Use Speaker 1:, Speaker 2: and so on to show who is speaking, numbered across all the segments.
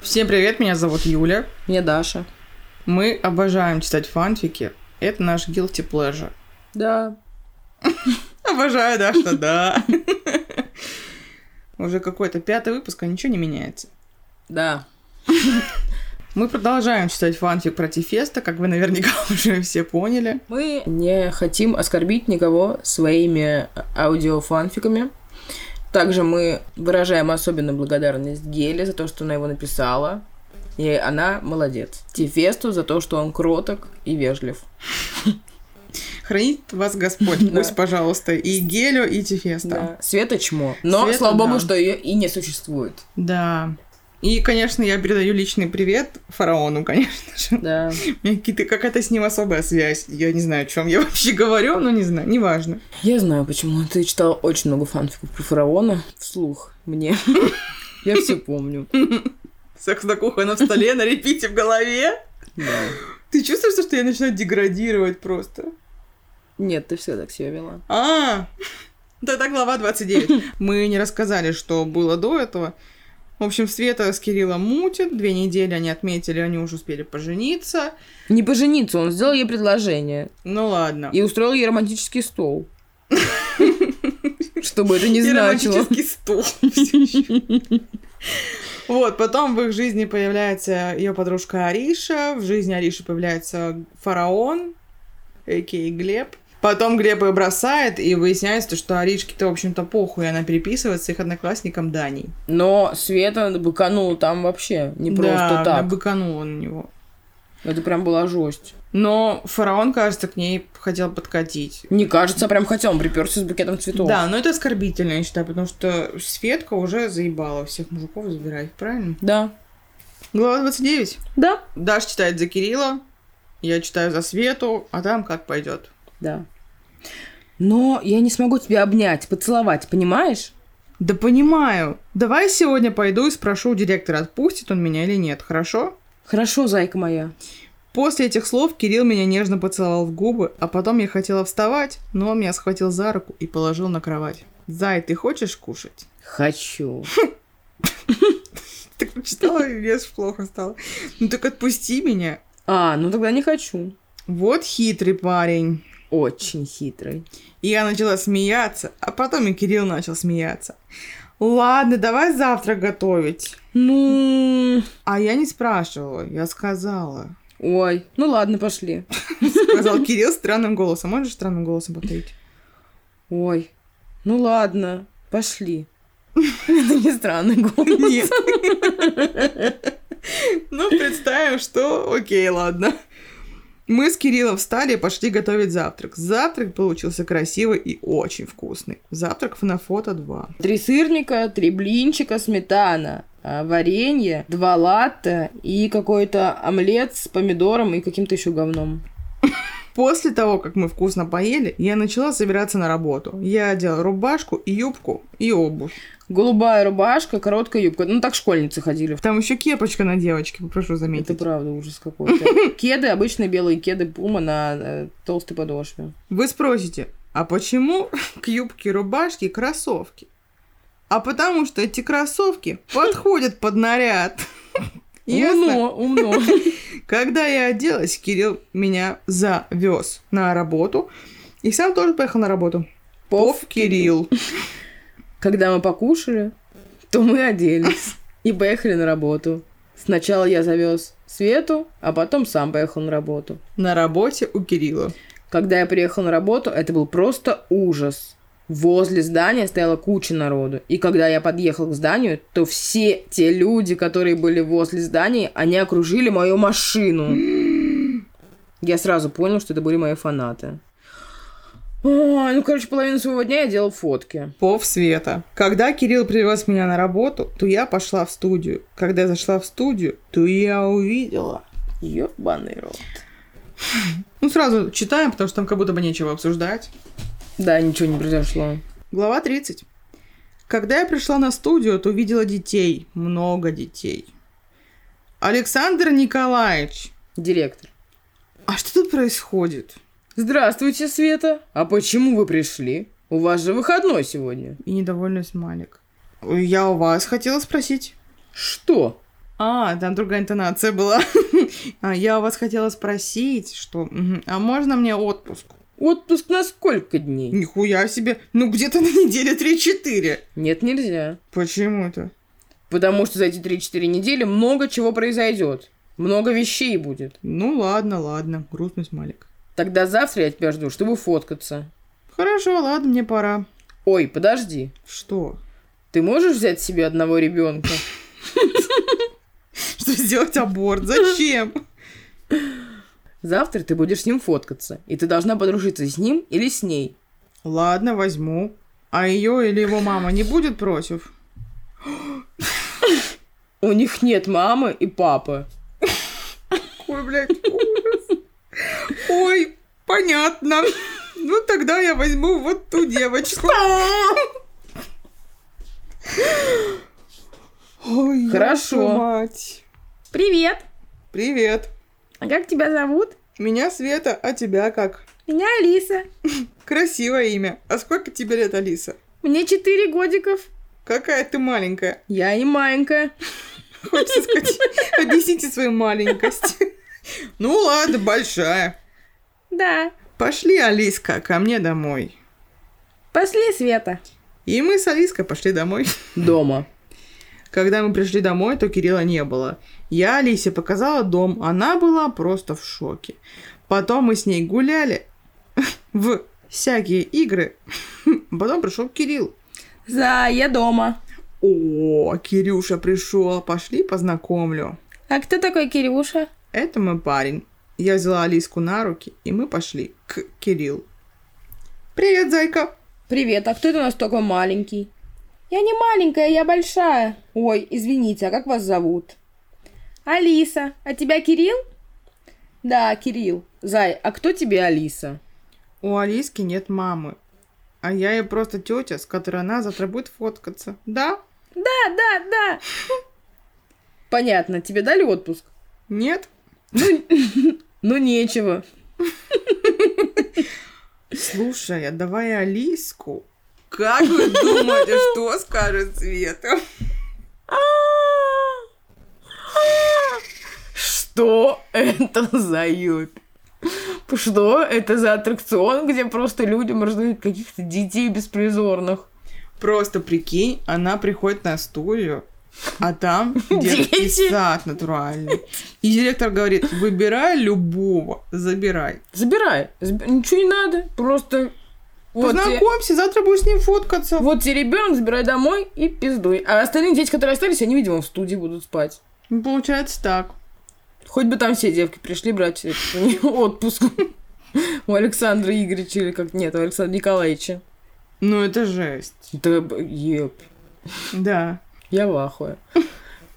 Speaker 1: Всем привет, меня зовут Юля.
Speaker 2: Я Даша.
Speaker 1: Мы обожаем читать фанфики. Это наш guilty pleasure.
Speaker 2: Да.
Speaker 1: Обожаю, да, что да. Уже какой-то пятый выпуск, а ничего не меняется.
Speaker 2: Да.
Speaker 1: Мы продолжаем читать фанфик про Тефеста, как вы наверняка уже все поняли.
Speaker 2: Мы не хотим оскорбить никого своими аудиофанфиками. Также мы выражаем особенную благодарность Геле за то, что она его написала. И она молодец. Тефесту за то, что он кроток и вежлив.
Speaker 1: Хранит вас Господь,
Speaker 2: Да.
Speaker 1: пусть, пожалуйста, и Гелю, и Тефеста.
Speaker 2: Да. Света чмо. Но
Speaker 1: Света,
Speaker 2: слава богу,
Speaker 1: да.
Speaker 2: что ее и не существует.
Speaker 1: Да. И, конечно, я передаю личный привет фараону, конечно же.
Speaker 2: Да.
Speaker 1: У меня какие-то- какая-то с ним особая связь. Я не знаю, о чем я вообще говорю, но не знаю, неважно.
Speaker 2: Я знаю, почему ты читал очень много фанфиков про фараона вслух мне. Я все помню.
Speaker 1: Секс на кухонном столе, на репите в голове.
Speaker 2: Да.
Speaker 1: Ты чувствуешь, что я начинаю деградировать просто?
Speaker 2: Нет, ты всегда так себя вела.
Speaker 1: А, тогда глава 29. Мы не рассказали, что было до этого. В общем, Света с Кириллом мутит. Две недели они отметили, они уже успели пожениться.
Speaker 2: Не пожениться, он сделал ей предложение
Speaker 1: Ну ладно.
Speaker 2: и устроил ей романтический стол. Чтобы это не
Speaker 1: И
Speaker 2: значило.
Speaker 1: романтический стул. всё ещё. Вот, потом в их жизни появляется ее подружка Ариша, в жизни Ариши появляется фараон, а.к.а. Глеб. Потом Глеб ее бросает, и выясняется, что Аришке-то, в общем-то, похуй, и она переписывается с их одноклассником Даней.
Speaker 2: Но Света быканула там вообще, не
Speaker 1: да,
Speaker 2: просто
Speaker 1: она
Speaker 2: так.
Speaker 1: быканула на него.
Speaker 2: Это прям была жесть.
Speaker 1: Но фараон, кажется, к ней хотел подкатить.
Speaker 2: Не кажется, прям хотя он приперся с букетом цветов.
Speaker 1: Да, но это оскорбительно, я считаю, потому что Светка уже заебала всех мужиков забирать, правильно?
Speaker 2: Да.
Speaker 1: Глава 29.
Speaker 2: Да.
Speaker 1: Даша читает за Кирилла, я читаю за Свету, а там как пойдет.
Speaker 2: Да. Но я не смогу тебя обнять, поцеловать, понимаешь?
Speaker 1: Да понимаю. Давай сегодня пойду и спрошу у директора, отпустит он меня или нет, хорошо?
Speaker 2: Хорошо, зайка моя.
Speaker 1: После этих слов Кирилл меня нежно поцеловал в губы, а потом я хотела вставать, но он меня схватил за руку и положил на кровать. Зай, ты хочешь кушать?
Speaker 2: Хочу.
Speaker 1: Ты прочитала, и мне аж плохо стало. Ну так отпусти меня.
Speaker 2: А, ну тогда не хочу.
Speaker 1: Вот хитрый парень.
Speaker 2: Очень хитрый.
Speaker 1: И я начала смеяться, а потом и Кирилл начал смеяться. Ладно, давай завтра готовить.
Speaker 2: Ну,
Speaker 1: А я не спрашивала, я сказала.
Speaker 2: ой, ну ладно, пошли.
Speaker 1: Сказал Кирилл странным голосом. Можешь странным голосом повторить?
Speaker 2: Ой, ну ладно, пошли. Это не странный голос.
Speaker 1: Нет. Ну, представим, что... Окей, ладно. Мы с Кириллом встали и пошли готовить завтрак. Завтрак получился красивый и очень вкусный. Завтрак на фото 2.
Speaker 2: Три сырника, три блинчика, сметана, а, варенье, два латте и какой-то омлет с помидором и каким-то еще говном.
Speaker 1: После того, как мы вкусно поели, я начала собираться на работу. Я одела рубашку, и юбку и обувь.
Speaker 2: Голубая рубашка, короткая юбка. Ну, так школьницы ходили. в-
Speaker 1: Там еще кепочка на девочке, попрошу
Speaker 2: Это
Speaker 1: заметить.
Speaker 2: правда ужас какой-то. Кеды, обычные белые кеды Пума на э, толстой подошве.
Speaker 1: Вы спросите, а почему к юбке рубашки кроссовки? А потому что эти кроссовки подходят под наряд. Ясно?
Speaker 2: Умно, умно.
Speaker 1: Когда я оделась, Кирилл меня завез на работу. И сам тоже поехал на работу. Пов Кирилл.
Speaker 2: Когда мы покушали, то мы оделись и поехали на работу. Сначала я завез Свету, а потом сам поехал на работу.
Speaker 1: На работе у Кирилла.
Speaker 2: Когда я приехал на работу, это был просто ужас. Возле здания стояла куча народу. И когда я подъехал к зданию, то все те люди, которые были возле здания, они окружили мою машину. Я сразу понял, что это были мои фанаты. Ой, ну, короче, половину своего дня я делал фотки.
Speaker 1: Пов Света. Когда Кирилл привез меня на работу, то я пошла в студию. Когда я зашла в студию, то я увидела.
Speaker 2: Ёбаный рот.
Speaker 1: Ну, сразу читаем, потому что там как будто бы нечего обсуждать.
Speaker 2: Да, ничего не произошло.
Speaker 1: Глава 30. Когда я пришла на студию, то увидела детей. Много детей. Александр Николаевич,
Speaker 2: Директор.
Speaker 1: а что тут происходит?
Speaker 2: Здравствуйте, Света. А почему вы пришли? У вас же выходной сегодня.
Speaker 1: И недовольный смайлик. «Ой, Я у вас хотела спросить.
Speaker 2: Что?
Speaker 1: А, там другая интонация была. А, я у вас хотела спросить, что... мгм, А можно мне отпуск?
Speaker 2: Отпуск на сколько дней?
Speaker 1: Нихуя себе. Ну, где-то на неделе 3-4.
Speaker 2: Нет, нельзя.
Speaker 1: Почему это?
Speaker 2: Потому что за эти 3-4 недели много чего произойдет. Много вещей будет.
Speaker 1: Ну, ладно, ладно. Грустный смайлик.
Speaker 2: Тогда завтра я тебя жду, чтобы фоткаться.
Speaker 1: Хорошо, ладно, мне пора.
Speaker 2: Ой, подожди.
Speaker 1: Что?
Speaker 2: Ты можешь взять себе одного ребенка?
Speaker 1: Что сделать аборт? Зачем?
Speaker 2: Завтра ты будешь с ним фоткаться, и ты должна подружиться с ним или с ней.
Speaker 1: Ладно, возьму. А ее или его мама не будет против?
Speaker 2: У них нет мамы и папы.
Speaker 1: Ой, блядь, ужас. Ой, понятно. Ну, тогда я возьму вот ту девочку. Ой,
Speaker 2: Хорошо.
Speaker 1: вашу мать.
Speaker 2: Привет!
Speaker 1: Привет.
Speaker 2: А как тебя зовут?
Speaker 1: Меня Света, а тебя как?
Speaker 2: Меня Алиса.
Speaker 1: Красивое имя. А сколько тебе лет, Алиса?
Speaker 2: Мне четыре годиков.
Speaker 1: Какая ты маленькая.
Speaker 2: Я и маленькая.
Speaker 1: Хочется сказать, объясните свою маленькость. Ну ладно, большая.
Speaker 2: Да.
Speaker 1: Пошли, Алиска, ко мне домой.
Speaker 2: Пошли, Света.
Speaker 1: И мы с Алиской пошли домой.
Speaker 2: Дома.
Speaker 1: Когда мы пришли домой, то Кирилла не было. Я Алисе показала дом, она была просто в шоке. Потом мы с ней гуляли в всякие игры. Потом пришел Кирилл.
Speaker 2: За, я дома.
Speaker 1: О, Кирюша пришел, пошли познакомлю.
Speaker 2: А кто такой Кирюша?
Speaker 1: Это мой парень. Я взяла Алиску на руки, и мы пошли к Кириллу. Привет, зайка.
Speaker 2: Привет, а кто это у нас такой маленький? Я не маленькая, я большая. Ой, извините, а как вас зовут? Алиса. А тебя Кирилл? Да, Кирилл. Зай, а кто тебе Алиса?
Speaker 1: У Алиски нет мамы. А я ей просто тетя, с которой она завтра будет фоткаться. Да?
Speaker 2: Да, да, да. Понятно, тебе дали отпуск?
Speaker 1: Нет?
Speaker 2: Ну, нечего.
Speaker 1: Слушай, а давай Алиску. Как вы думаете, что скажет Света?
Speaker 2: Что это за юбь? Что это за аттракцион, где просто людям раздают каких-то детей беспризорных?
Speaker 1: Просто прикинь, она приходит на студию, а там детский
Speaker 2: Дети.
Speaker 1: сад натуральный. И директор говорит, выбирай любого, забирай.
Speaker 2: Забирай. Заб- Ничего не надо. Просто вот те-
Speaker 1: Познакомься, завтра будешь с ним фоткаться.
Speaker 2: вот тебе ребенок, забирай домой и пиздуй. А остальные дети, которые остались, они, видимо, в студии будут спать.
Speaker 1: Ну, Получается так.
Speaker 2: Хоть бы там все девки пришли брать этот, у неё отпуск. У Александра Игоревича или как... Нет, у Александра Николаевича.
Speaker 1: Ну, это жесть.
Speaker 2: Да, б- еп.
Speaker 1: Да.
Speaker 2: Я в ахуе.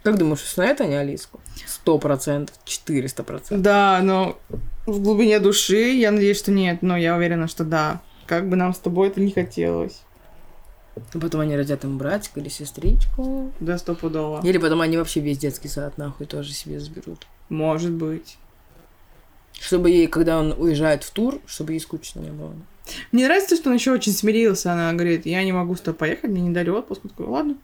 Speaker 2: Как думаешь, узнают они Алиску? Сто процентов, четыреста процентов.
Speaker 1: Да, но в глубине души, я надеюсь, что нет, но я уверена, что да. Как бы нам с тобой это не хотелось.
Speaker 2: А Потом они родят им братика или сестричку.
Speaker 1: Да, стопудово.
Speaker 2: Или потом они вообще весь детский сад нахуй тоже себе заберут.
Speaker 1: Может быть.
Speaker 2: Чтобы ей, когда он уезжает в тур, чтобы ей скучно не было.
Speaker 1: Мне нравится, что он еще очень смирился. Она говорит, я не могу с тобой поехать, мне не дали отпуск. Он такой, ладно.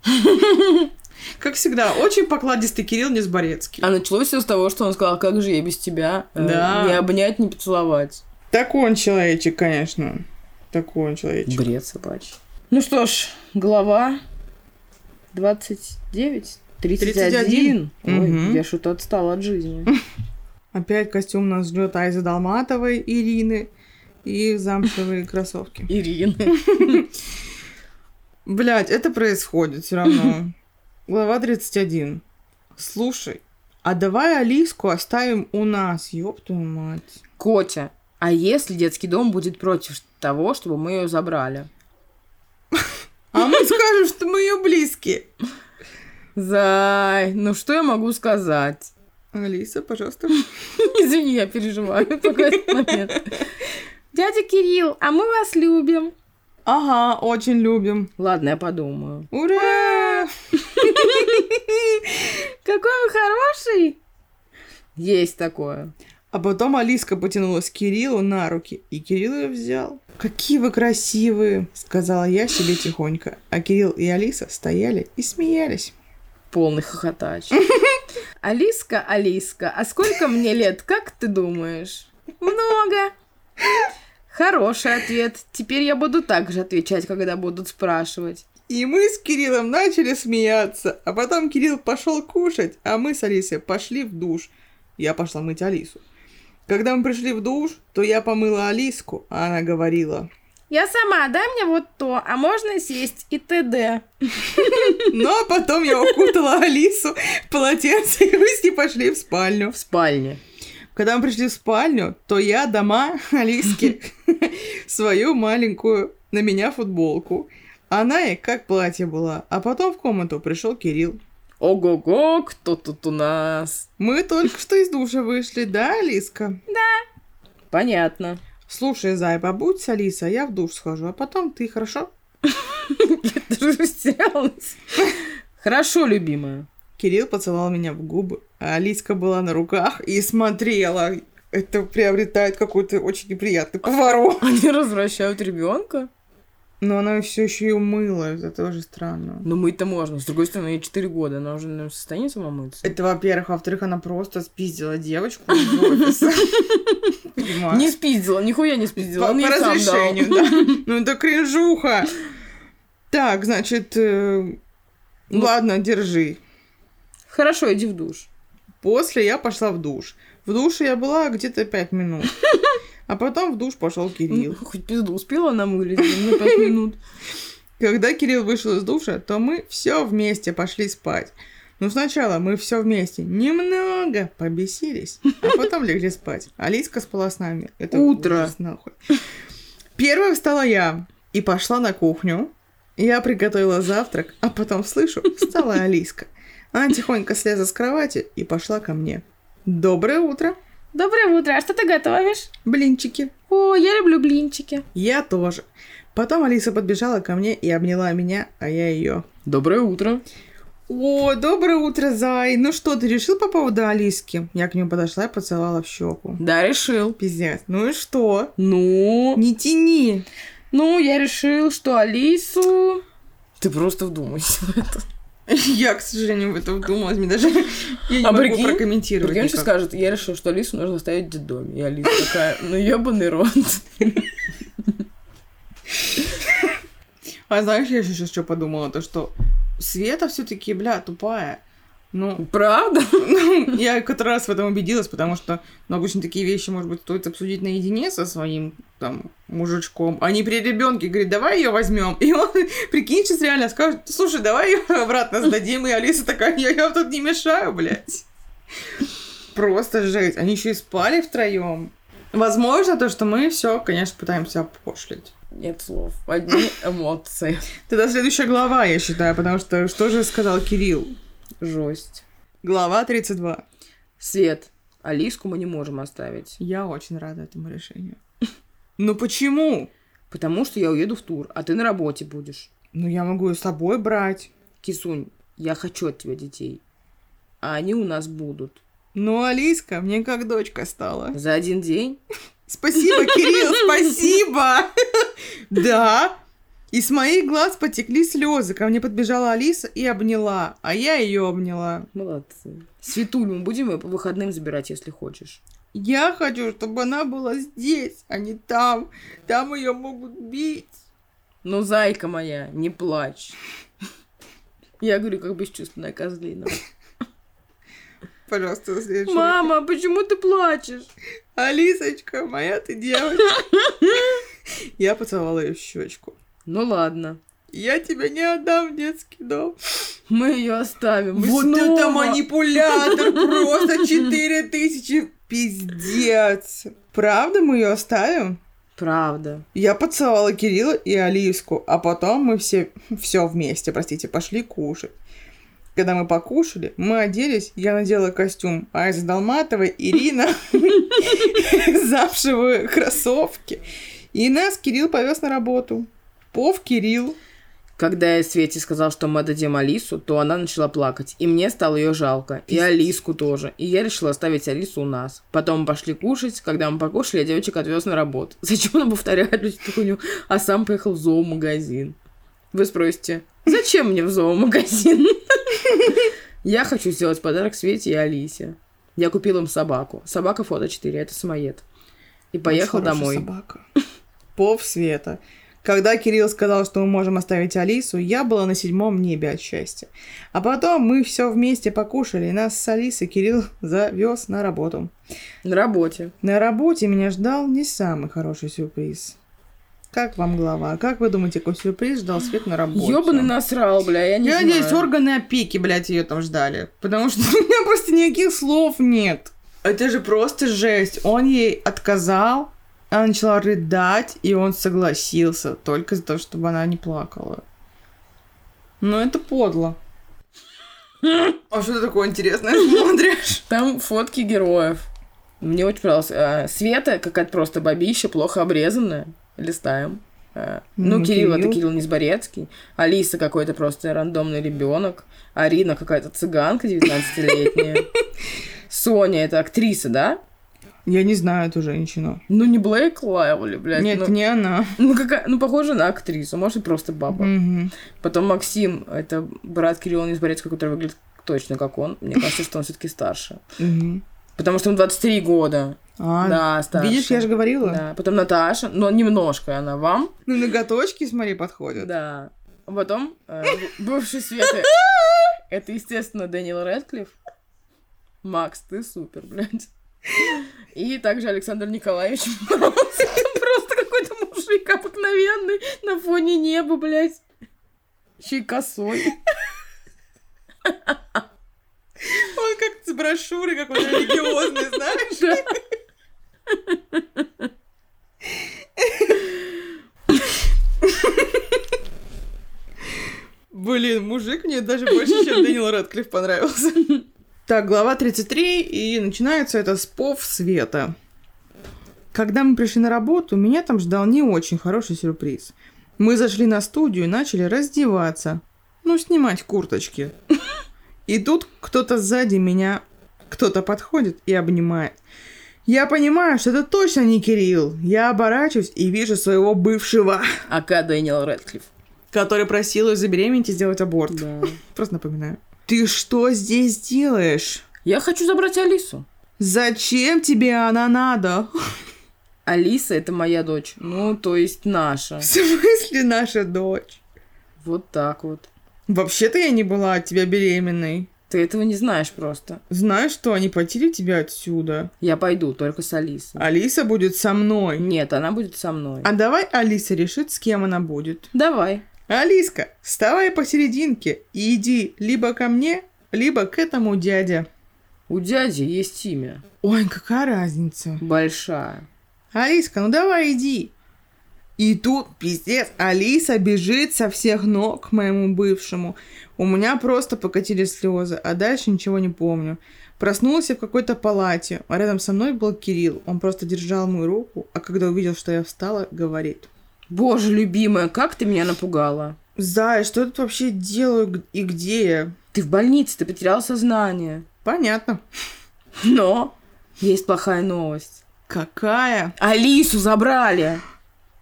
Speaker 1: Как всегда, очень покладистый Кирилл Несборецкий.
Speaker 2: А началось все с того, что он сказал, как же я без тебя э,
Speaker 1: Да.
Speaker 2: не обнять, не поцеловать.
Speaker 1: Такой он человечек, конечно. Такой он человечек.
Speaker 2: Бред собачий. Ну что ж, глава 29, 31.
Speaker 1: 31.
Speaker 2: Ой,
Speaker 1: Мгм.
Speaker 2: я что-то отстала от жизни.
Speaker 1: Опять костюм нас ждет Айза Долматовой, Ирины и замшевые кроссовки.
Speaker 2: Ирина.
Speaker 1: Блять, это происходит все равно. Глава 31. Слушай, а давай Алиску оставим у нас, ёб твою мать.
Speaker 2: Котя, а если детский дом будет против того, чтобы мы ее забрали?
Speaker 1: А мы скажем, что мы ее близкие.
Speaker 2: Зай, ну что я могу сказать?
Speaker 1: Алиса, пожалуйста.
Speaker 2: Извини, я переживаю только этот момент. Дядя Кирилл, а мы вас любим.
Speaker 1: Ага, очень любим.
Speaker 2: Ладно, я подумаю.
Speaker 1: Ура!
Speaker 2: Какой вы хороший. Есть такое.
Speaker 1: А потом Алиска потянулась к Кириллу на руки, и Кирилл ее взял. «Какие вы красивые!» — сказала я себе тихонько. А Кирилл и Алиса стояли и смеялись.
Speaker 2: Полный хохотач. Алиска, Алиска, а сколько мне лет, как ты думаешь? Много. Хороший ответ. Теперь я буду так же отвечать, когда будут спрашивать.
Speaker 1: И мы с Кириллом начали смеяться, а потом Кирилл пошел кушать, а мы с Алисой пошли в душ. Я пошла мыть Алису. Когда мы пришли в душ, то я помыла Алиску, а она говорила,
Speaker 2: Я сама, дай мне вот то, а можно сесть и т.д.
Speaker 1: Но «Ну, а потом я укутала Алису в полотенце, и мы с ней пошли в спальню.
Speaker 2: В спальне.
Speaker 1: Когда мы пришли в спальню, то я дома Алиски свою маленькую на меня футболку. Она и как платье была. А потом в комнату пришел Кирилл.
Speaker 2: Ого-го, кто тут у нас?
Speaker 1: Мы только что из душа вышли, да, Алиска?
Speaker 2: Понятно.
Speaker 1: Слушай, Зай, побудь с Алисой, а я в душ схожу, а потом ты, хорошо?
Speaker 2: Я даже растерялась. Хорошо, любимая.
Speaker 1: Кирилл поцеловал меня в губы, а Алиска была на руках и смотрела. Это приобретает какой-то очень неприятный поворот.
Speaker 2: Они развращают ребенка?
Speaker 1: Но она все еще и умыла, это тоже странно.
Speaker 2: Ну, мыть-то можно. С другой стороны, ей 4 года. Она уже наверное, в состоянии сама мыться.
Speaker 1: Это, во-первых. Во-вторых, она просто спиздила девочку из офиса. Понимаю.
Speaker 2: Не спиздила, нихуя не спиздила.
Speaker 1: По
Speaker 2: Он ей
Speaker 1: по
Speaker 2: сам дал.
Speaker 1: разрешению, да. Ну, это кринжуха. Так, значит, э,
Speaker 2: Ну.
Speaker 1: ладно, держи.
Speaker 2: Хорошо, иди в душ.
Speaker 1: После я пошла в душ. В душе я была где-то пять минут. А потом в душ пошел
Speaker 2: Ну,
Speaker 1: Кирилл.
Speaker 2: Хоть пизду успела намылить на 5 минут.
Speaker 1: Когда Кирилл вышел из душа, то мы все вместе пошли спать. Но сначала мы все вместе немного побесились, а потом легли спать. Алиска спала с нами. Это
Speaker 2: Утро.
Speaker 1: ужас, нахуй. Первой встала я и пошла на кухню. Я приготовила завтрак, а потом слышу, встала Алиска. Она тихонько слезла с кровати и пошла ко мне. Доброе утро,
Speaker 2: Доброе утро, а что ты готовишь?
Speaker 1: блинчики.
Speaker 2: О, я люблю блинчики.
Speaker 1: Я тоже. Потом Алиса подбежала ко мне и обняла меня, а я ее.
Speaker 2: Доброе утро.
Speaker 1: О, доброе утро, Зай. Ну что, ты решил по поводу Алиски? Я к нему подошла и поцеловала в щеку.
Speaker 2: Да, решил.
Speaker 1: Пиздец. Ну и что?
Speaker 2: Ну,
Speaker 1: Не тяни.
Speaker 2: ну, я решил, что Алису... Ты просто вдумайся в это.
Speaker 1: Я, к сожалению, в это вдумалась. Мне даже... Я не
Speaker 2: А
Speaker 1: могу
Speaker 2: прикинь?
Speaker 1: прокомментировать
Speaker 2: Прикинь, что
Speaker 1: никак.
Speaker 2: скажет, я решил, что Алису нужно оставить в детдоме. И Алиса такая, ну ебаный рот.
Speaker 1: А знаешь, я еще сейчас что подумала? То, что Света все таки бля, тупая. Ну,
Speaker 2: Правда?
Speaker 1: ну, я который раз в этом убедилась, потому что, ну, обычно такие вещи, может быть, стоит обсудить наедине со своим, там, мужичком, а не при ребенке. Говорит, давай ее возьмем. И он, прикинь, сейчас реально скажет, слушай, давай ее обратно сдадим. И Алиса такая, я, я вам тут не мешаю, блядь. Просто жесть. Они еще и спали втроем. Возможно, то, что мы все, конечно, пытаемся опошлить.
Speaker 2: Нет слов, одни эмоции.
Speaker 1: Тогда следующая глава, я считаю, потому что что же сказал Кирилл?
Speaker 2: Жесть.
Speaker 1: Глава 32.
Speaker 2: Свет, Алиску мы не можем оставить.
Speaker 1: Я очень рада этому решению. Ну почему?
Speaker 2: Потому что я уеду в тур, а ты на работе будешь.
Speaker 1: Ну я могу ее с собой брать.
Speaker 2: Кисунь, я хочу от тебя детей. А они у нас будут.
Speaker 1: Ну, Алиска, мне как дочка стала.
Speaker 2: За один день?
Speaker 1: Спасибо, Кирилл, спасибо! Да. И с моих глаз потекли слезы. Ко мне подбежала Алиса и обняла, а я ее обняла.
Speaker 2: Молодцы. Светуль, мы будем ее по выходным забирать, если хочешь.
Speaker 1: Я хочу, чтобы она была здесь, а не там. Там ее могут бить.
Speaker 2: Ну, зайка моя, не плачь. Я говорю, как бесчувственная козлина.
Speaker 1: Пожалуйста, следующий.
Speaker 2: Мама, почему ты плачешь?
Speaker 1: Алисочка, моя ты девочка. Я поцеловала ее в щечку.
Speaker 2: Ну ладно.
Speaker 1: Я тебя не отдам в детский дом.
Speaker 2: Мы ее оставим. Мы
Speaker 1: вот
Speaker 2: снова.
Speaker 1: это манипулятор! Просто четыре тысячи! Пиздец! Правда мы ее оставим?
Speaker 2: Правда.
Speaker 1: Я поцеловала Кирилла и Алиску, а потом мы все, все вместе, простите, пошли кушать. Когда мы покушали, мы оделись, я надела костюм Айза Долматова, Ирина, запшевые кроссовки. И нас Кирилл повез на работу. Пов Кирилл.
Speaker 2: Когда я Свете сказал, что мы отдадим Алису, то она начала плакать. И мне стало ее жалко. И Алиску тоже. И я решила оставить Алису у нас. Потом мы пошли кушать. Когда мы покушали, я девочек отвез на работу. Зачем она повторяет эту хуйню? А сам поехал в зоомагазин. Вы спросите, зачем мне в зоомагазин? Я хочу сделать подарок Свете и Алисе. Я купил им собаку. Собака фото 4, это самоед. И поехал
Speaker 1: Очень хорошая
Speaker 2: домой.
Speaker 1: собака. Пов света. Когда Кирилл сказал, что мы можем оставить Алису, я была на седьмом небе от счастья. А потом мы все вместе покушали, и нас с Алисой Кирилл завез на работу.
Speaker 2: На работе.
Speaker 1: На работе меня ждал не самый хороший сюрприз. Как вам глава? Как вы думаете, какой сюрприз ждал Свет на работе?
Speaker 2: Ёбаный насрал, бля, я не
Speaker 1: Я
Speaker 2: знаю.
Speaker 1: надеюсь, органы опеки, блядь, ее там ждали. Потому что у меня просто никаких слов нет. Это же просто жесть. Он ей отказал, она начала рыдать, и он согласился только за то, чтобы она не плакала. Ну, это подло. А что ты такое интересное смотришь?
Speaker 2: Там фотки героев. Мне очень понравилось. А, Света какая-то просто бабища, плохо обрезанная. Листаем. А, Ну,
Speaker 1: Ну,
Speaker 2: Кирилл, это
Speaker 1: Кирилл.
Speaker 2: Кирилл Низборецкий. Алиса какой-то просто рандомный ребенок. Арина какая-то цыганка 19-летняя. Соня это актриса, да?
Speaker 1: Я не знаю эту женщину.
Speaker 2: Ну, не Блейк Лайвли, блядь.
Speaker 1: Нет,
Speaker 2: ну,
Speaker 1: не она.
Speaker 2: ну, какая, ну, похоже на актрису, может, и просто баба.
Speaker 1: Мгм.
Speaker 2: Потом Максим, это брат Кирилла Низборецкого, который выглядит точно как он. Мне кажется, что он все таки старше.
Speaker 1: Мгм.
Speaker 2: Потому что ему 23 года.
Speaker 1: А,
Speaker 2: Да, старше.
Speaker 1: видишь, я же говорила.
Speaker 2: Да. Потом Наташа, но немножко она вам.
Speaker 1: Ну, ноготочки, смотри, подходят.
Speaker 2: Да. А Потом э, б- бывший Света. Это, естественно, Дэниел Рэдклифф. Макс, ты супер, блядь. И также Александр Николаевич Мороз. Это просто какой-то мужик обыкновенный на фоне неба, блядь. Еще и косой.
Speaker 1: Он как с брошюры какой-то религиозный, знаешь?
Speaker 2: Да.
Speaker 1: Блин, мужик мне даже больше, чем Дэниел Рэдклифф понравился. Так, глава 33, и начинается это с пов света. Когда мы пришли на работу, меня там ждал не очень хороший сюрприз. Мы зашли на студию и начали раздеваться. Ну, снимать курточки. И тут кто-то сзади меня, кто-то подходит и обнимает. Я понимаю, что это точно не Кирилл. Я оборачиваюсь и вижу своего бывшего,
Speaker 2: Ака А Дэниел Рэдклифф.
Speaker 1: который просил ее забеременеть и сделать аборт.
Speaker 2: Да.
Speaker 1: Просто напоминаю. Ты что здесь делаешь?
Speaker 2: Я хочу забрать Алису.
Speaker 1: Зачем тебе она надо?
Speaker 2: Алиса — это моя дочь. Ну, то есть наша.
Speaker 1: В смысле наша дочь?
Speaker 2: Вот так вот.
Speaker 1: Вообще-то я не была от тебя беременной.
Speaker 2: Ты этого не знаешь просто.
Speaker 1: Знаешь что, они потили тебя отсюда.
Speaker 2: Я пойду только с Алисой.
Speaker 1: Алиса будет со мной.
Speaker 2: Нет, она будет со мной.
Speaker 1: А давай Алиса решит, с кем она будет.
Speaker 2: Давай.
Speaker 1: Алиска, вставай посерединке и иди либо ко мне, либо к этому дяде.
Speaker 2: У дяди есть имя.
Speaker 1: Ой, какая разница.
Speaker 2: Большая.
Speaker 1: Алиска, ну давай иди. И тут, пиздец, Алиса бежит со всех ног к моему бывшему. У меня просто покатились слезы, а дальше ничего не помню. Проснулась я в какой-то палате, а рядом со мной был Кирилл. Он просто держал мою руку, а когда увидел, что я встала, говорит.
Speaker 2: Боже, любимая, как ты меня напугала.
Speaker 1: Зай, что я тут вообще делаю г- и где я?
Speaker 2: Ты в больнице, ты потерял сознание.
Speaker 1: Понятно.
Speaker 2: Но есть плохая новость.
Speaker 1: Какая?
Speaker 2: Алису забрали.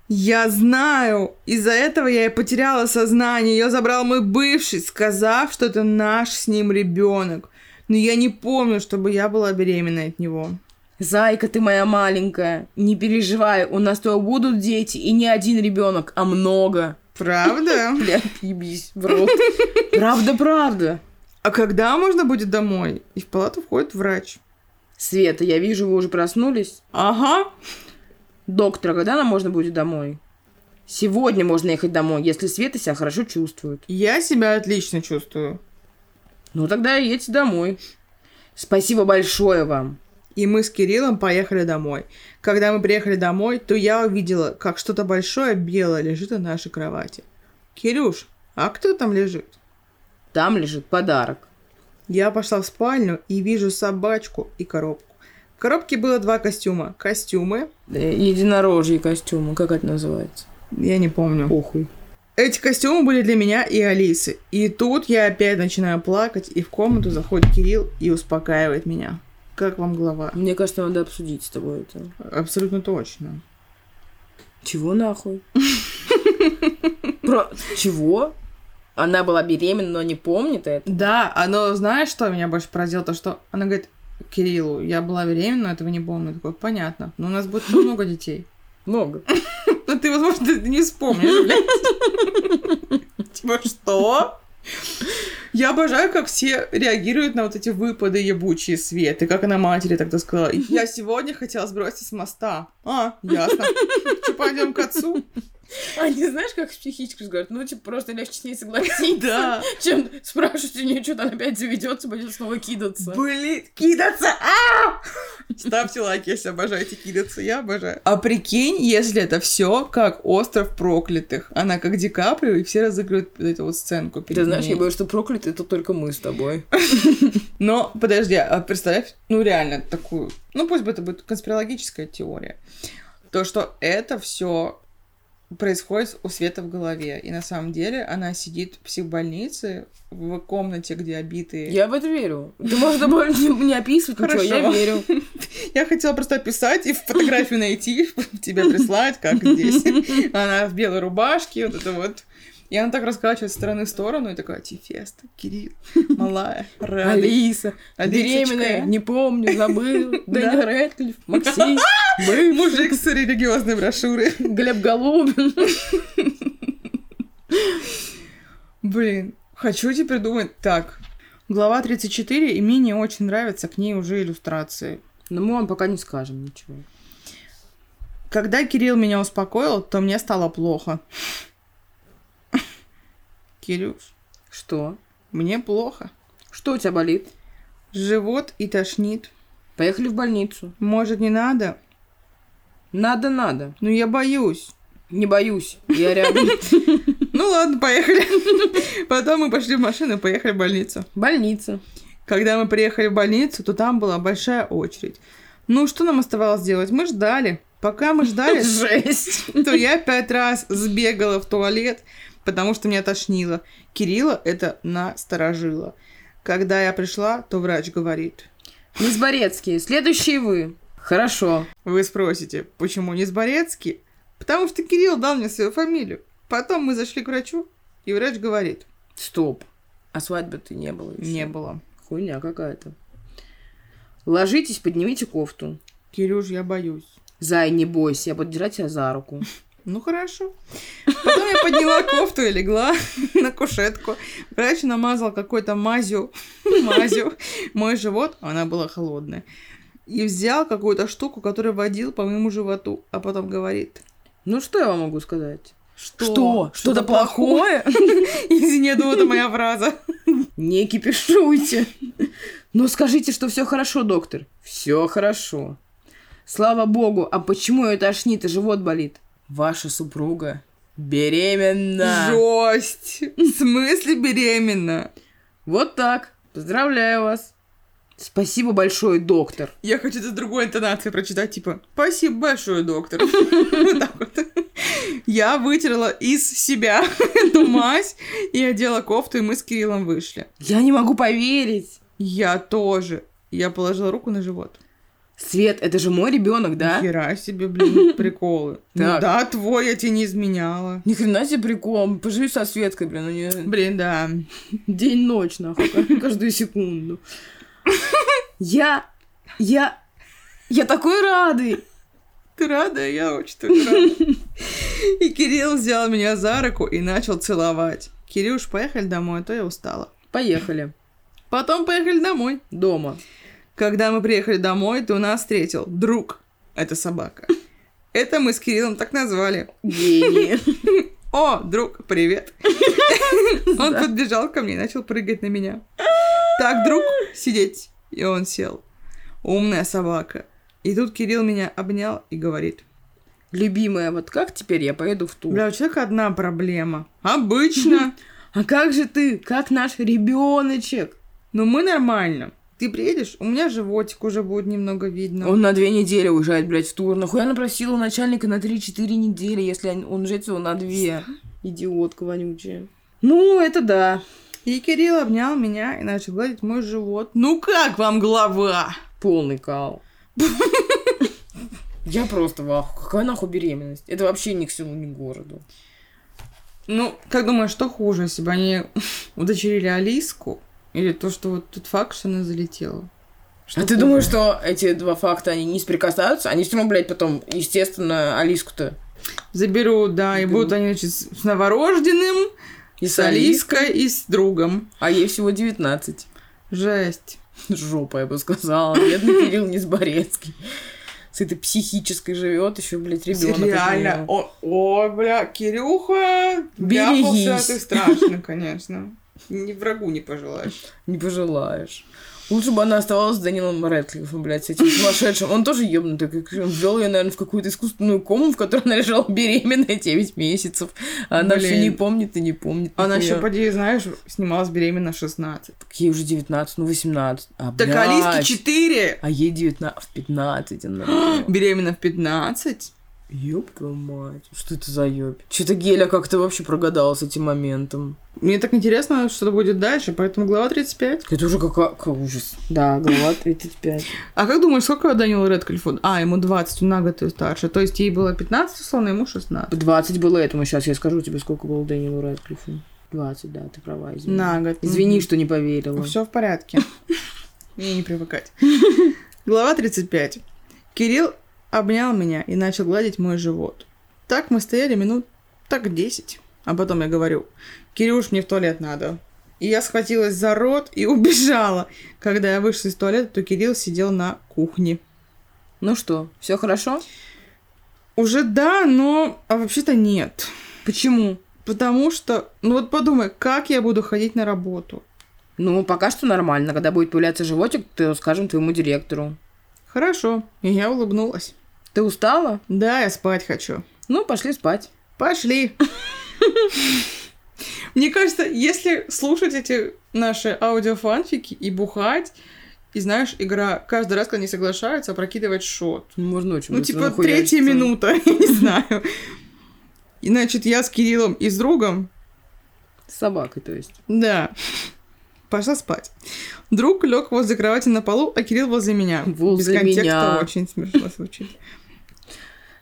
Speaker 1: Я знаю! Из-за этого я и потеряла сознание. Ее забрал мой бывший, сказав, что это наш с ним ребенок. Но я не помню, чтобы я была беременна от него.
Speaker 2: Зайка, ты моя маленькая. Не переживай, у нас твоего будут дети. И не один ребенок, а много.
Speaker 1: Правда?
Speaker 2: Бля, ебись в рот. Правда, правда.
Speaker 1: А когда можно будет домой? И в палату входит врач.
Speaker 2: Света, я вижу, вы уже проснулись.
Speaker 1: Ага.
Speaker 2: Доктор, а когда нам можно будет домой? Сегодня можно ехать домой, если Света себя хорошо чувствует.
Speaker 1: Я себя отлично чувствую.
Speaker 2: Ну, тогда едьте домой. Спасибо большое вам.
Speaker 1: И мы с Кириллом поехали домой. Когда мы приехали домой, то я увидела, как что-то большое белое лежит на нашей кровати. Кирюш, а кто там лежит?
Speaker 2: Там лежит подарок.
Speaker 1: Я пошла в спальню и вижу собачку и коробку. В коробке было два костюма. Костюмы,
Speaker 2: Э, Единорожьи костюмы, как это называется?
Speaker 1: я не помню.
Speaker 2: Похуй.
Speaker 1: Эти костюмы были для меня и Алисы. И тут я опять начинаю плакать, и в комнату заходит Кирилл и успокаивает меня. Как вам глава?
Speaker 2: Мне кажется, надо обсудить с тобой это.
Speaker 1: Абсолютно точно.
Speaker 2: Чего нахуй? Про... Чего? она была беременна, но не помнит это.
Speaker 1: Да, оно, знаешь, что меня больше поразило? То, что она говорит, Кириллу, я была беременна, но этого не помню. Я Такой, понятно. Но у нас будет еще много детей.
Speaker 2: Много.
Speaker 1: Ну, ты, возможно, это не вспомнишь, блядь. Типа, что? Я обожаю, как все реагируют на вот эти выпады ебучие Светы, как она матери тогда сказала. Я сегодня хотела сбросить с моста. А, ясно. Что, пойдем к отцу?
Speaker 2: Они А знаешь, как с психичкой говорят, ну, типа, просто легче с ней согласиться,
Speaker 1: Да.
Speaker 2: чем спрашивать у нее, что-то она опять заведется, будет снова кидаться.
Speaker 1: Блин, кидаться! А! Ставьте лайки, если обожаете кидаться, я обожаю. А прикинь, если это все как остров проклятых. Она как Ди Каприо, и все разыгрывают вот эту вот сценку перед
Speaker 2: Ты знаешь,
Speaker 1: ней.
Speaker 2: я боюсь, что прокляты, это только мы с тобой.
Speaker 1: Но, подожди, а представь, ну реально такую, ну пусть бы это будет конспирологическая теория, то, что это все происходит у Света в голове. И на самом деле она сидит в психбольнице, в комнате, где обитые.
Speaker 2: Я в это верю. Ты можешь добавить, не, не описывать ничего, я
Speaker 1: Хорошо.
Speaker 2: верю.
Speaker 1: Я хотела просто описать и фотографию найти, тебе прислать, как здесь. Она в белой рубашке, вот это вот. И она так раскачивается стороны в сторону, и такая, Тефеста, Кирилл, малая, Рады,
Speaker 2: Алиса,
Speaker 1: Алисочка».
Speaker 2: беременная, не помню, забыл. Дэнни
Speaker 1: Да.
Speaker 2: Рэдклифф, Максим,
Speaker 1: Вы мужик с религиозной брошюры.
Speaker 2: Глеб Голубин.
Speaker 1: Блин, хочу теперь думать так. Глава 34, и мне не очень нравятся к ней уже иллюстрации.
Speaker 2: Но мы вам пока не скажем ничего.
Speaker 1: Когда Кирилл меня успокоил, то мне стало плохо. Кирюш,
Speaker 2: Что?
Speaker 1: мне плохо.
Speaker 2: Что у тебя болит?
Speaker 1: Живот и тошнит.
Speaker 2: Поехали в больницу.
Speaker 1: Может, не надо?
Speaker 2: Надо, надо.
Speaker 1: Ну, я боюсь.
Speaker 2: Не боюсь. Я рядом.
Speaker 1: Ну ладно, поехали. Потом мы пошли в машину и поехали в больницу.
Speaker 2: Больница.
Speaker 1: Когда мы приехали в больницу, то там была большая очередь. Ну, что нам оставалось делать? Мы ждали. Пока мы ждали,
Speaker 2: Жесть.
Speaker 1: то я пять раз сбегала в туалет, потому что меня тошнило. Кирилла это насторожило. Когда я пришла, то врач говорит.
Speaker 2: Мисс Борецкий, следующие вы. Хорошо.
Speaker 1: Вы спросите, почему не Сборецкий? Потому что Кирилл дал мне свою фамилию. Потом мы зашли к врачу, и врач говорит.
Speaker 2: Стоп. А свадьбы ты не было еще?
Speaker 1: Не было.
Speaker 2: Хуйня какая-то. Ложитесь, поднимите кофту.
Speaker 1: Кирюш, я боюсь.
Speaker 2: Зай, не бойся, я буду держать тебя за руку.
Speaker 1: Ну хорошо. Потом я подняла кофту и легла на кушетку. Врач намазал какой-то мазью, мазью мой живот, она была холодная. И взял какую-то штуку, которую водил по моему животу, а потом говорит.
Speaker 2: Ну, что я вам могу сказать?
Speaker 1: Что?
Speaker 2: Что-то плохое?
Speaker 1: Извини, я думала, это моя фраза.
Speaker 2: Не кипишуйте. Ну, скажите, что все хорошо, доктор. Все хорошо. Слава богу, а почему ее тошнит и живот болит? Ваша супруга беременна.
Speaker 1: Жесть! В смысле беременна?
Speaker 2: Вот так. Поздравляю вас. Спасибо большое, доктор.
Speaker 1: Я хочу это с другой интонацией прочитать, типа «Спасибо большое, доктор». Вот так вот. Я вытерла из себя эту мазь и одела кофту, и мы с Кириллом вышли.
Speaker 2: Я не могу поверить.
Speaker 1: Я тоже. Я положила руку на живот.
Speaker 2: Свет, это же мой ребенок, да?
Speaker 1: Хера себе, блин, приколы. Ну
Speaker 2: Так.
Speaker 1: да, твой, я тебе не изменяла.
Speaker 2: Ни хрена себе прикол. Поживи со Светкой, блин. У нее
Speaker 1: Блин, да.
Speaker 2: день-ночь, нахуй. Каждую секунду. Я... Я... Я такой рады.
Speaker 1: Ты рада? Я очень тоже рада. И Кирилл взял меня за руку и начал целовать. Кирюш, поехали домой, а то я устала.
Speaker 2: Поехали.
Speaker 1: Потом поехали домой.
Speaker 2: Дома.
Speaker 1: Когда мы приехали домой, то нас встретил друг. Это собака. Это мы с Кириллом так назвали.
Speaker 2: Гений.
Speaker 1: О, друг, привет. Он подбежал ко мне и начал прыгать на меня. Так, друг, сидеть. И он сел. Умная собака. И тут Кирилл меня обнял и говорит.
Speaker 2: Любимая, вот как теперь я поеду в тур?
Speaker 1: Бля, у человека одна проблема. Обычно.
Speaker 2: А как же ты? Как наш ребеночек?
Speaker 1: Но мы нормально. Ты приедешь, у меня животик уже будет немного видно.
Speaker 2: Он на две недели уезжает, блядь, в тур. Нахуя она просила начальника на 3-4 недели, если он он уезжает всего на две? Идиотка вонючая. Ну, это да.
Speaker 1: И Кирилл обнял меня и начал гладить мой живот. Ну как вам голова?
Speaker 2: Полный кал. А Я просто в аху. Какая нахуй беременность? Это вообще ни к селу, ни к городу.
Speaker 1: Ну, как думаешь, что хуже, если бы они удочерили Алиску? Или то, что вот тут факт, что она залетела?
Speaker 2: а ты думаешь, что эти два факта, они не соприкасаются? Они все равно, блядь, потом, естественно, Алиску-то
Speaker 1: Заберу, да, и
Speaker 2: Заберу.
Speaker 1: будут они, значит, с с новорожденным,
Speaker 2: и
Speaker 1: с Алиской и с другом.
Speaker 2: А ей всего 19.
Speaker 1: Жесть.
Speaker 2: Жопа, я бы сказала. Бедный Кирилл Низборецкий. С этой психической живет еще, блядь, ребенок.
Speaker 1: Реально. О, о, бля, Кирюха,
Speaker 2: Берегись.
Speaker 1: вляпался ты страшно, конечно. Ни врагу не пожелаешь.
Speaker 2: Не пожелаешь. Лучше бы она оставалась с Данилом Рэдклиффом, блядь, с этим сумасшедшим. Он тоже ебнутый. как Он ввел ее, наверное, в какую-то искусственную кому, в которой она лежала беременная 9 месяцев. А она все
Speaker 1: Блин.
Speaker 2: не помнит и не помнит.
Speaker 1: Она
Speaker 2: нихуя.
Speaker 1: еще, поди, знаешь, снималась беременна в 16.
Speaker 2: Так ей уже 19, ну 18. А,
Speaker 1: Так
Speaker 2: блядь.
Speaker 1: Алиске 4,
Speaker 2: А ей 19, в 15 она. родила.
Speaker 1: беременна в 15.
Speaker 2: Ёб твою мать. Что это за ёб? Что-то Геля как-то вообще прогадала с этим моментом.
Speaker 1: Мне так интересно, что будет дальше, поэтому глава 35.
Speaker 2: Это уже какая, какой ужас. Да, глава 35.
Speaker 1: А как думаешь, сколько Данила Редклифу? А, ему 20, на год и старше. То есть ей было 15, условно, ему 16.
Speaker 2: 20 было этому сейчас, я скажу тебе, сколько было Дэнилу Рэдклиффу. 20, да, ты права, извини.
Speaker 1: На Ну, год.
Speaker 2: Извини, что не поверила.
Speaker 1: Все в порядке. Мне не привыкать. Глава 35. Кирилл обнял меня и начал гладить мой живот. Так мы стояли минут так 10. А потом я говорю, Кирюш, мне в туалет надо. И я схватилась за рот и убежала. Когда я вышла из туалета, то Кирилл сидел на кухне.
Speaker 2: Ну что, все хорошо?
Speaker 1: Уже да, но... А вообще-то нет.
Speaker 2: Почему?
Speaker 1: Потому что... Ну вот подумай, как я буду ходить на работу?
Speaker 2: Ну, пока что нормально. Когда будет появляться животик, ты скажем твоему директору.
Speaker 1: Хорошо. И я улыбнулась.
Speaker 2: Ты устала?
Speaker 1: Да, я спать хочу.
Speaker 2: Ну, пошли спать.
Speaker 1: Пошли. Мне кажется, если слушать эти наши аудиофанфики и бухать, и знаешь, игра каждый раз, когда они соглашаются, опрокидывать шот.
Speaker 2: Ну, Можно очень
Speaker 1: Ну,
Speaker 2: быстро
Speaker 1: типа,
Speaker 2: нахуяриться.
Speaker 1: третья минута, я не знаю. И, значит, я с Кириллом и с другом,
Speaker 2: С собакой, то есть.
Speaker 1: да, пошла спать. Друг лег возле кровати на полу, а Кирилл возле меня.
Speaker 2: Возле
Speaker 1: Без контекста
Speaker 2: меня.
Speaker 1: очень смешно звучит.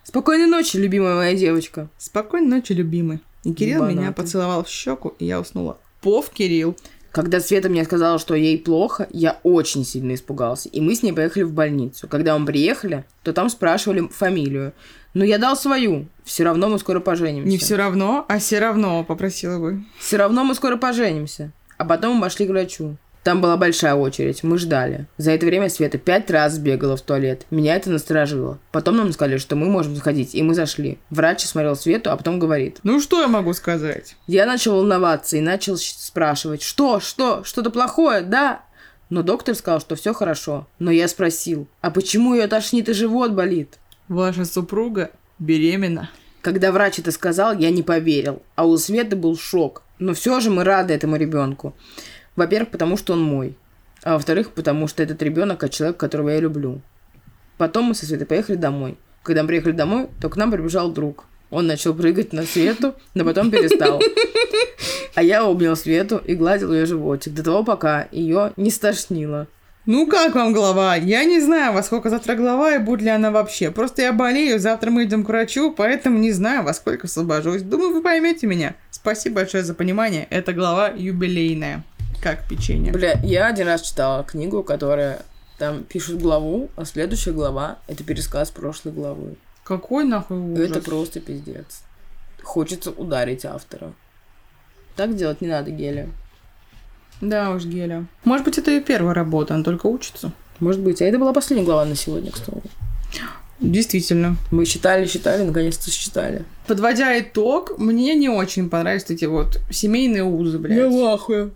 Speaker 2: Спокойной ночи, любимая моя девочка.
Speaker 1: Спокойной ночи, любимый. И Кирилл меня
Speaker 2: Ебанатый.
Speaker 1: поцеловал в щеку, и я уснула. Пов, Кирилл.
Speaker 2: Когда Света мне сказала, что ей плохо, я очень сильно испугался. И мы с ней поехали в больницу. Когда мы приехали, то там спрашивали фамилию. Но я дал свою. Все равно мы скоро поженимся.
Speaker 1: Не все равно, а все равно, попросила бы.
Speaker 2: Все равно мы скоро поженимся. А потом мы пошли к врачу. Там была большая очередь, мы ждали. За это время Света пять раз бегала в туалет. Меня это насторожило. Потом нам сказали, что мы можем заходить, и мы зашли. Врач смотрел Свету, а потом говорит.
Speaker 1: Ну что я могу сказать?
Speaker 2: Я начал волноваться и начал щ- спрашивать, что, что, что-то плохое, да? Но доктор сказал, что все хорошо. Но я спросил, а почему ее тошнит и живот болит?
Speaker 1: Ваша супруга беременна.
Speaker 2: Когда врач это сказал, я не поверил, а у Светы был шок. Но все же мы рады этому ребенку. Во-первых, потому что он мой. А во-вторых, потому что этот ребенок от человека, которого я люблю. Потом мы со Светой поехали домой. Когда мы приехали домой, то к нам прибежал друг. Он начал прыгать на Свету, но потом перестал. А я обнял Свету и гладил ее животик до того, пока ее не стошнило.
Speaker 1: Ну как вам голова? Я не знаю, во сколько завтра голова и будет ли она вообще. Просто я болею, завтра мы идем к врачу, поэтому не знаю, во сколько освобожусь. Думаю, вы поймете меня. Спасибо большое за понимание. Это глава юбилейная. Как печенье.
Speaker 2: Бля, я один раз читала книгу, которая там пишут главу, а следующая глава — это пересказ прошлой главы.
Speaker 1: Какой нахуй ужас.
Speaker 2: Это просто пиздец. Хочется ударить автора. Так делать не надо, Геля.
Speaker 1: Да уж, Геля. Может быть, это ее первая работа, она только учится.
Speaker 2: Может быть, а это была последняя глава на сегодня, кстати.
Speaker 1: Действительно.
Speaker 2: Мы считали, считали, наконец-то считали.
Speaker 1: Подводя итог, мне не очень понравились эти вот семейные узы, блядь.
Speaker 2: в ахуе.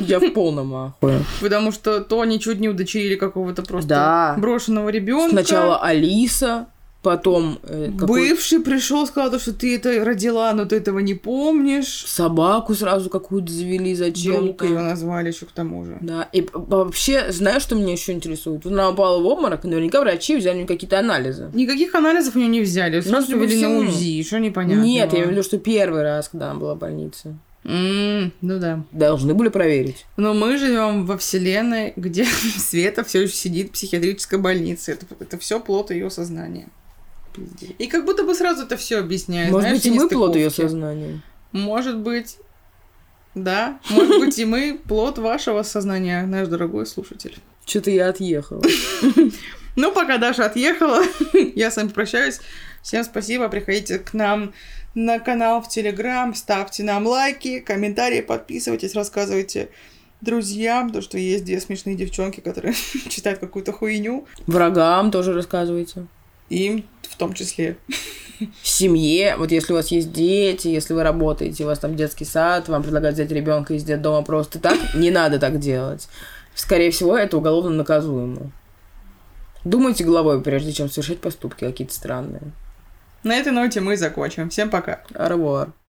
Speaker 2: Я в полном ахуе.
Speaker 1: Потому что то они чуть не удочерили какого-то просто
Speaker 2: Да.
Speaker 1: брошенного ребенка.
Speaker 2: Сначала Алиса, потом э, какую-
Speaker 1: Бывший пришел, сказал, то, что ты это родила, но ты этого не помнишь.
Speaker 2: собаку сразу какую-то завели
Speaker 1: Друг ее
Speaker 2: зачем-то.
Speaker 1: назвали еще к тому же.
Speaker 2: Да, и п- вообще, знаешь, что меня еще интересует? Она упала в обморок, и наверняка врачи взяли у неё какие-то анализы.
Speaker 1: Никаких анализов у нее не взяли. Сразу
Speaker 2: судя по
Speaker 1: вели на
Speaker 2: всему.
Speaker 1: УЗИ, что непонятно.
Speaker 2: Нет, я имею в виду, что первый раз, когда она была в больнице.
Speaker 1: М, ну да.
Speaker 2: Должны были проверить.
Speaker 1: Но мы живем во вселенной, где Света все еще сидит в психиатрической больнице. Это, это все плод ее сознания.
Speaker 2: пиздец.
Speaker 1: И как будто бы сразу это все объясняет.
Speaker 2: Может
Speaker 1: Э, знаешь,
Speaker 2: быть, и
Speaker 1: все
Speaker 2: мы плод ее
Speaker 1: нестыковки.
Speaker 2: сознания.
Speaker 1: Может быть. Да, может быть, и мы плод вашего сознания, наш дорогой слушатель.
Speaker 2: Что-то я отъехала.
Speaker 1: Ну, пока Даша отъехала, я с вами прощаюсь. Всем спасибо, приходите к нам на канал в Телеграм, ставьте нам лайки, комментарии, подписывайтесь, рассказывайте друзьям, то, что есть две смешные девчонки, которые читают какую-то хуйню,
Speaker 2: Врагам тоже рассказывайте.
Speaker 1: им в том числе.
Speaker 2: В семье, вот если у вас есть дети, если вы работаете, у вас там детский сад, вам предлагают взять ребенка из детдома просто так, не надо так делать. Скорее всего, это уголовно наказуемо. Думайте головой, прежде чем совершать поступки какие-то странные.
Speaker 1: На этой ноте мы закончим. Всем пока.
Speaker 2: Арвуар.